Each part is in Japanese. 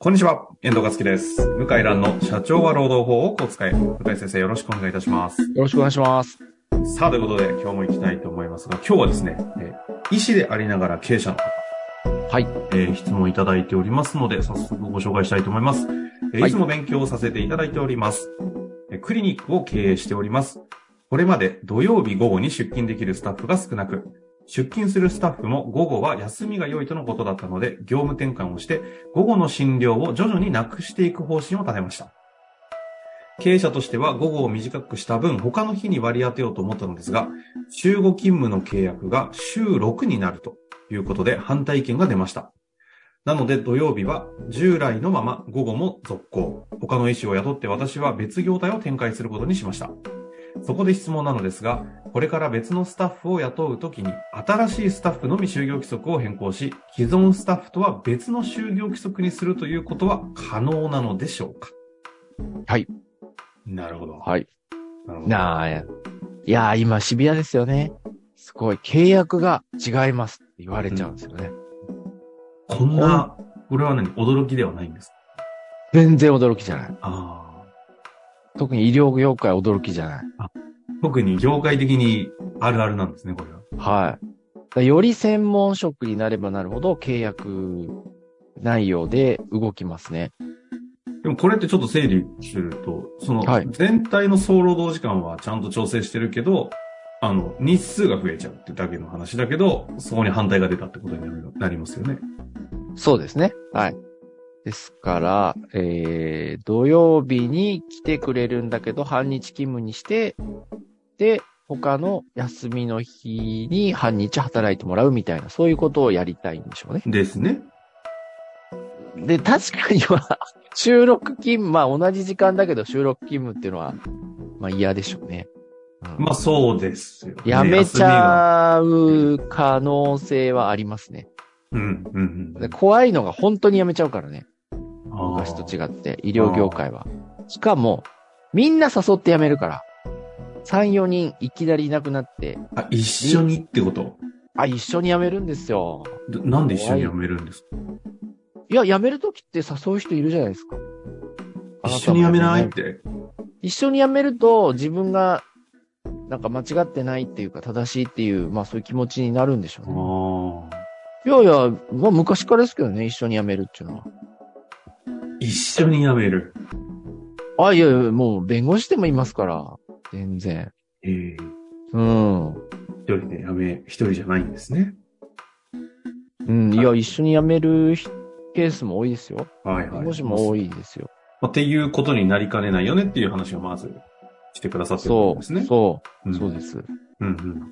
こんにちは、遠藤和樹です。向井蘭の社長は労働法をお使い。向井先生、よろしくお願いいたします。よろしくお願いします。さあ、ということで、今日も行きたいと思いますが、今日はですね、えー医師でありながら経営者の方、はい。えー質問いただいておりますので、早速ご紹介したいと思います。えーはいいつも勉強させていただいております。えークリニックを経営しております。これまで土曜日午後に出勤できるスタッフが少なく、出勤するスタッフも午後は休みが良いとのことだったので、業務転換をして、午後の診療を徐々になくしていく方針を立てました。経営者としては午後を短くした分、他の日に割り当てようと思ったのですが、週5勤務の契約が週6になるということで反対意見が出ました。なので土曜日は従来のまま午後も続行。他の医師を雇って私は別業態を展開することにしました。そこで質問なのですが、これから別のスタッフを雇うときに新しいスタッフのみ就業規則を変更し、既存スタッフとは別の就業規則にするということは可能なのでしょうかはい。なるほど。はい。なるほど。なあ、いやいやー、今シビアですよね。すごい。契約が違いますって言われちゃうんですよね。こんな、これは何驚きではないんですか全然驚きじゃない。ああ。特に医療業界驚きじゃない。特に業界的にあるあるなんですね、これは。はい。だからより専門職になればなるほど契約内容で動きますね。でもこれってちょっと整理すると、そのはい、全体の総労働時間はちゃんと調整してるけど、あの、日数が増えちゃうってだけの話だけど、そこに反対が出たってことになるなりますよね。そうですね。はい。ですから、えー、土曜日に来てくれるんだけど、半日勤務にして、で、他の休みの日に半日働いてもらうみたいな、そういうことをやりたいんでしょうね。ですね。で、確かには、 収録勤務、まあ同じ時間だけど収録勤務っていうのは、まあ嫌でしょうね。うんまあそうですよ、ね。やめちう。ゃう可能性はありますね。うん、うん、うでん。怖いのが本当にやめちゃうからね。あ昔ーと違って、医療業界は。しかも、みんな誘って辞めるから、3、4人いきなりいなくなって、あ、一緒にってことあ、一緒に辞めるんですよ。どなんで一緒に辞めるんですかいや、辞めるときって誘う人いるじゃないですか。一緒に辞めないあっなたもて。一緒に辞めると、自分が、なんか間違ってないっていうか、正しいっていう、まあそういう気持ちになるんでしょあうね。あ。いやいや、まあ昔からですけどね、一緒に辞めるっていうのは。一緒に辞める。あ、いやいや、もう弁護士でもいますから、全然。ええうん。一人で辞め、一人じゃないんですね。うん、いや、一緒に辞めるひケースも多いですよ。はいはい。弁護士も多いですよ。まあっていうことになりかねないよねっていう話をまずしてくださってるんそでう、すね。そうんう、そうです。うんうん。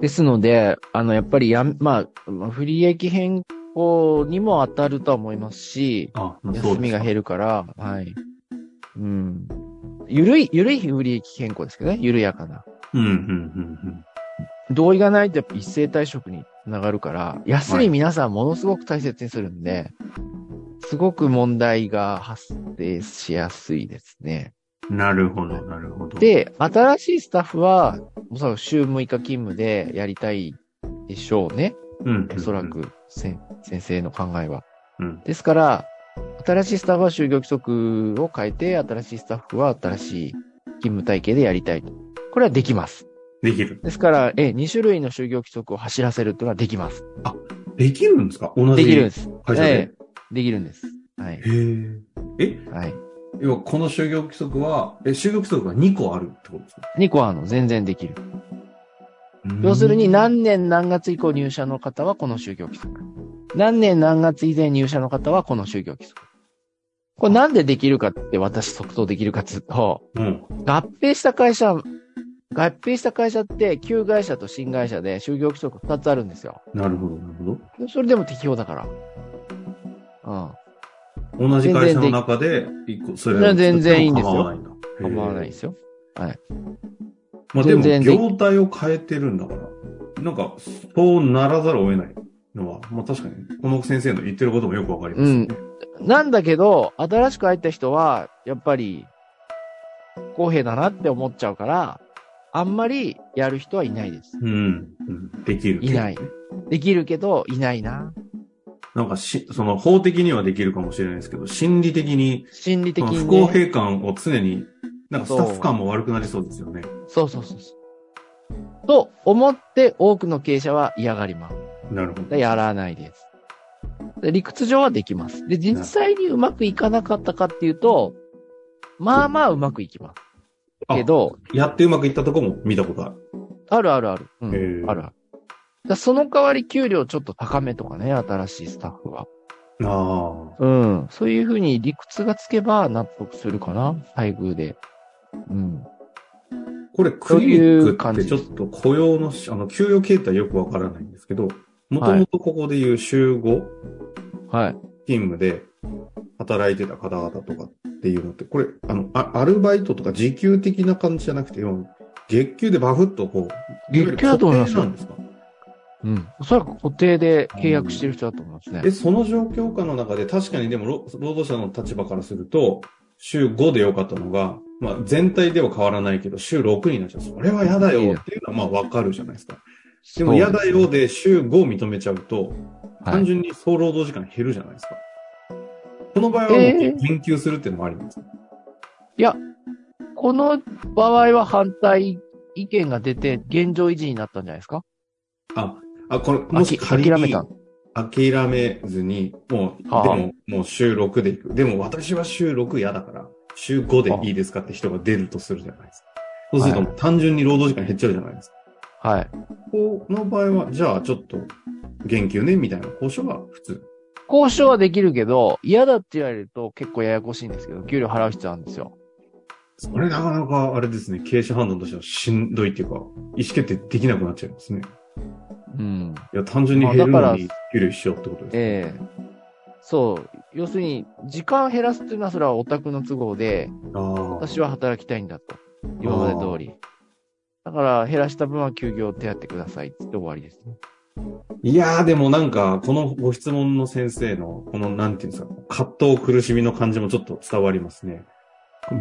ですので、あの、やっぱりやん、まあ、まあ不利益変更にも当たるとは思いますし、あ、休みがる。減るから、はい。うん。ゆるい、ゆるい不利益変更ですけどね、緩やかな。うんうんうん同意がないとやっぱ一斉退職につながるから、休み皆さんものすごく大切にするんで、すごく問題が発生しやすいですね。うん。なるほど、なるほど。、で、新しいスタッフは、おそらく週6日勤務でやりたいでしょうね。うんうんうんおそら。く、せん先生の考えは。うん。ですから、新しいスタッフは就業規則を変えて、新しいスタッフは新しい勤務体系でやりたいと。これはできます。できる。ですから、え、2種類の就業規則を走らせるというのはできます。できるんですか同じできるんです。会社で。ええできるんです。はい。へえ。え、はい。要はこの就業規則は、え、就業規則が2個あるってことですか2個はあの、全然できる。要するに何年何月以降入社の方はこの就業規則。何年何月以前入社の方はこの就業規則。これなんでできるかって私即答できるかっていうと、うん。合併した会社、合併した会社って旧会社と新会社で就業規則2つあるんですよ。なるほど、なるほど。それでも適用だから。うん。同じ会社の中で、一個、それを全然いいんですよ構わないんだ。構わないへでえ。すよ。まあでも、全然で業態を変えてるんだから、なんか、そうならざるを得ないのは、まあ確かに、この先生の言ってることもよくわかりますよね。なんだけど、新しく入った人は、やっぱり、不公平だなって思っちゃうから、あんまりやる人はいないです。うん。うんできる。いない。できるけど、いないな。なんかし、その法的にはできるかもしれないですけど、心理的に、心理そ的のに、ね。不公平感を常に、なんかスタッフ感も悪くなりそうですよね。そうそうそうそう。と思って多くの経営者は嫌がります。なるほど。でやらないです。で理屈上はできます。で、実際にうまくいかなかったかっていうと、まあまあうまくいきます。あけど、やってうまくいったとこも見たことある。あるあるある。うん、あへるーある。だからその代わり給料ちょっと高めとかね、新しいスタッフは。ああ。うん。そういうふうに理屈がつけば納得するかな、待遇で。うん。これ、クそうリニいッうクっ感てじちょっと雇用のし、あの、給与形態よくわからないんですけど、もともとここでいう週5はい。勤務で働いてた方々とかっていうのって、これ、あの、あアルバイトとか時給的な感じじゃなくて、要は月給でバフッとこう、月給だと思いますよなんですかうん。おそらく固定で契約してる人だと思いますねえ、。その状況下の中で確かにでも労労働者の立場からすると、週5で良かったのが、まあ全体では変わらないけど、週6になっちゃう。それは嫌だよっていうのはまあわかるじゃないですか。でも嫌だよで週5を認めちゃうと、はい単純に総労働時間減るじゃないですか。この場合はもうえー言及するっていうのもありなんですか、この場合は反対意見が出て、現状維持になったんじゃないですかあ、これ、もしあき仮に諦めた。諦めずに、もう、ではあも、もう週6で行く。でも私は週6嫌だから、週5でいいですかって人が出るとするじゃないですか。そうするとはい単純に労働時間減っちゃうじゃないですか。はい。この場合は、じゃあちょっと、減給ね、みたいな交渉は普通。交渉はできるけど、嫌だって言われると結構ややこしいんですけど、給料払う必要あるんですよ。それなかなか、あれですね、経営者判断としてはしんどいっていうか、意思決定できなくなっちゃいますね。うん。いや、単純に減るのに給料しようってことですね。ええそう。要するに、時間減らすっていうのはそれはオタクの都合で、ああ。私は働きたいんだと。今まで通り。だから、減らした分は休業手当くださいって言って終わりですね。いやーでもなんか、このご質問の先生の、このなんていうんですか、葛藤苦しみの感じもちょっと伝わりますね。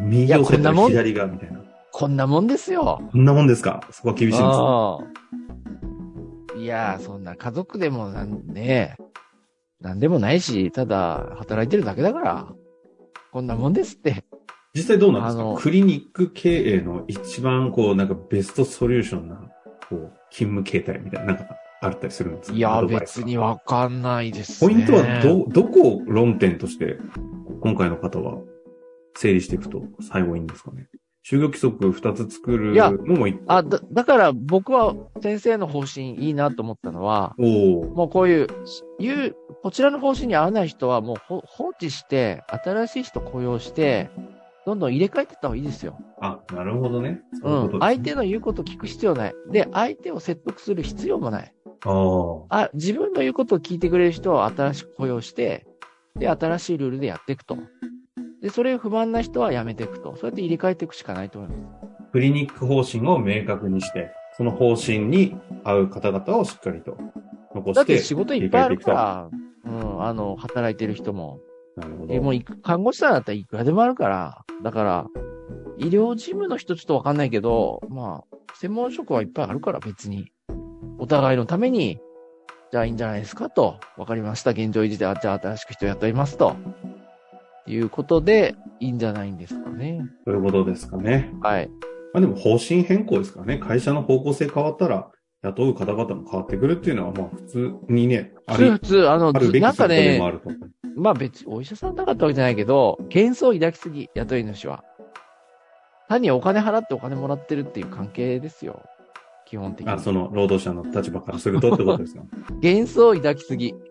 右をこんなもん左が、みたいな。こんなもんですよ。こんなもんですかそこは厳しいんですね。ああいやー、そんな家族でもなんね、なんでもないし、ただ働いてるだけだから、こんなもんですって。実際どうなんですあかのクリニック経営の一番こう、なんかベストソリューションな、こう、勤務形態みたいな、なんかあったりするんですかいやアドー、バイス別がにわかんないですポね。イントはど、どこを論点として、今回の方は整理していくと最後いいんですかね就業規則2つ作るいやのも一個あ、だ、だから僕は先生の方針いいなと思ったのは、おーもうこういう、いう、こちらの方針に合わない人はもうほ放置して、新しい人雇用して、どんどん入れ替えていった方がいいですよ。あ、なるほどね。そういんこ。とです相ね手の言うこと聞く必要ない。で、相手を説得する必要もない。ああ。あ、自分の言うことを聞いてくれる人を新しく雇用して、で、新しいルールでやっていくと。で、それを不満な人はやめていくと。そうやって入れ替えていくしかないと思います。クリニック方針を明確にして、その方針に合う方々をしっかりと残し。だってて仕事いっぱいあるから、うん、あの、働いてる人も。なるほえ、もど。ういく、看護師さんだったらいくらでもあるから。だから、医療事務の人ちょっとわかんないけど、まあ、専門職はいっぱいあるから別に。お互いのために、じゃあいいんじゃないですかと。わかりました。現状維持で、あじゃあ新しく人雇いますと。いうことで、いいんじゃないんですかね。そういうことですかね。はい。まあでも方針変更ですからね。会社の方向性変わったら、雇う方々も変わってくるっていうのは、まあ普通にね、あ普通、り普、通、あの、あるべきなんことかでもあね、ると。まあ別にお医者さんなかったわけじゃないけど、幻想を抱きすぎ、雇い主は。単にお金払ってお金もらってるっていう関係ですよ。基本的に。あ、その、労働者の立場からするとってことですか。幻想を抱きすぎ。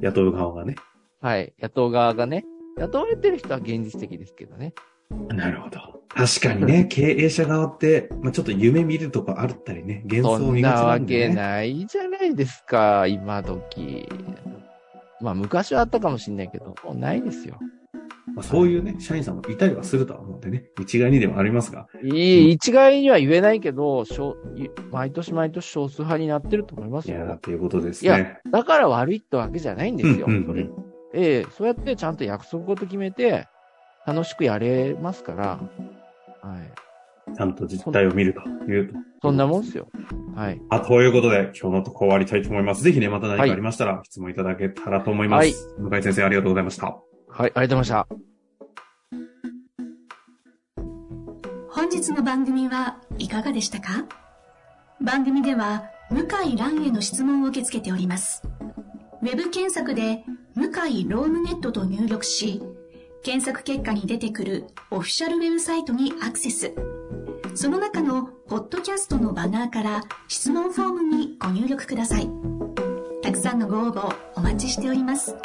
雇う側がね。はい。雇う側がね。雇われてる人は現実的ですけどね。なるほど。確かにね、経営者側って、まあちょっと夢見るとかあったりね、幻そ想をん見がなちなわんで、けね。ないじゃないですか、今時。まあ、昔はあったかもしんないけど、もうないですよ。まあ、そういうね、社員さんもいたりはするとは思うんでね、一概にではありますが、いい、一概には言えないけど、少い毎年毎年少数派になってると思いまいすやー、よ。ということですいね。だから悪いってわけじゃないんですよ。うんうんうんそれええそうやってちゃんと約束事決めて、楽しくやれますから、はい。ちゃんと実態を見るというと。そんなもんですよ。はい。あ、ということで、今日のとこ終わりたいと思います。ぜひね、また何かありましたら、質問いただけたらと思います。向井先生、ありがとうございました。はい、ありがとうございました。本日の番組はいかがでしたか番組では向井蘭への質問を受け付けております。ウェブ検索で向井ロームネットと入力し、検索結果に出てくるオフィシャルウェブサイトにアクセス。その中のポッドキャストのバナーから質問フォームにご入力ください。たくさんのご応募お待ちしております。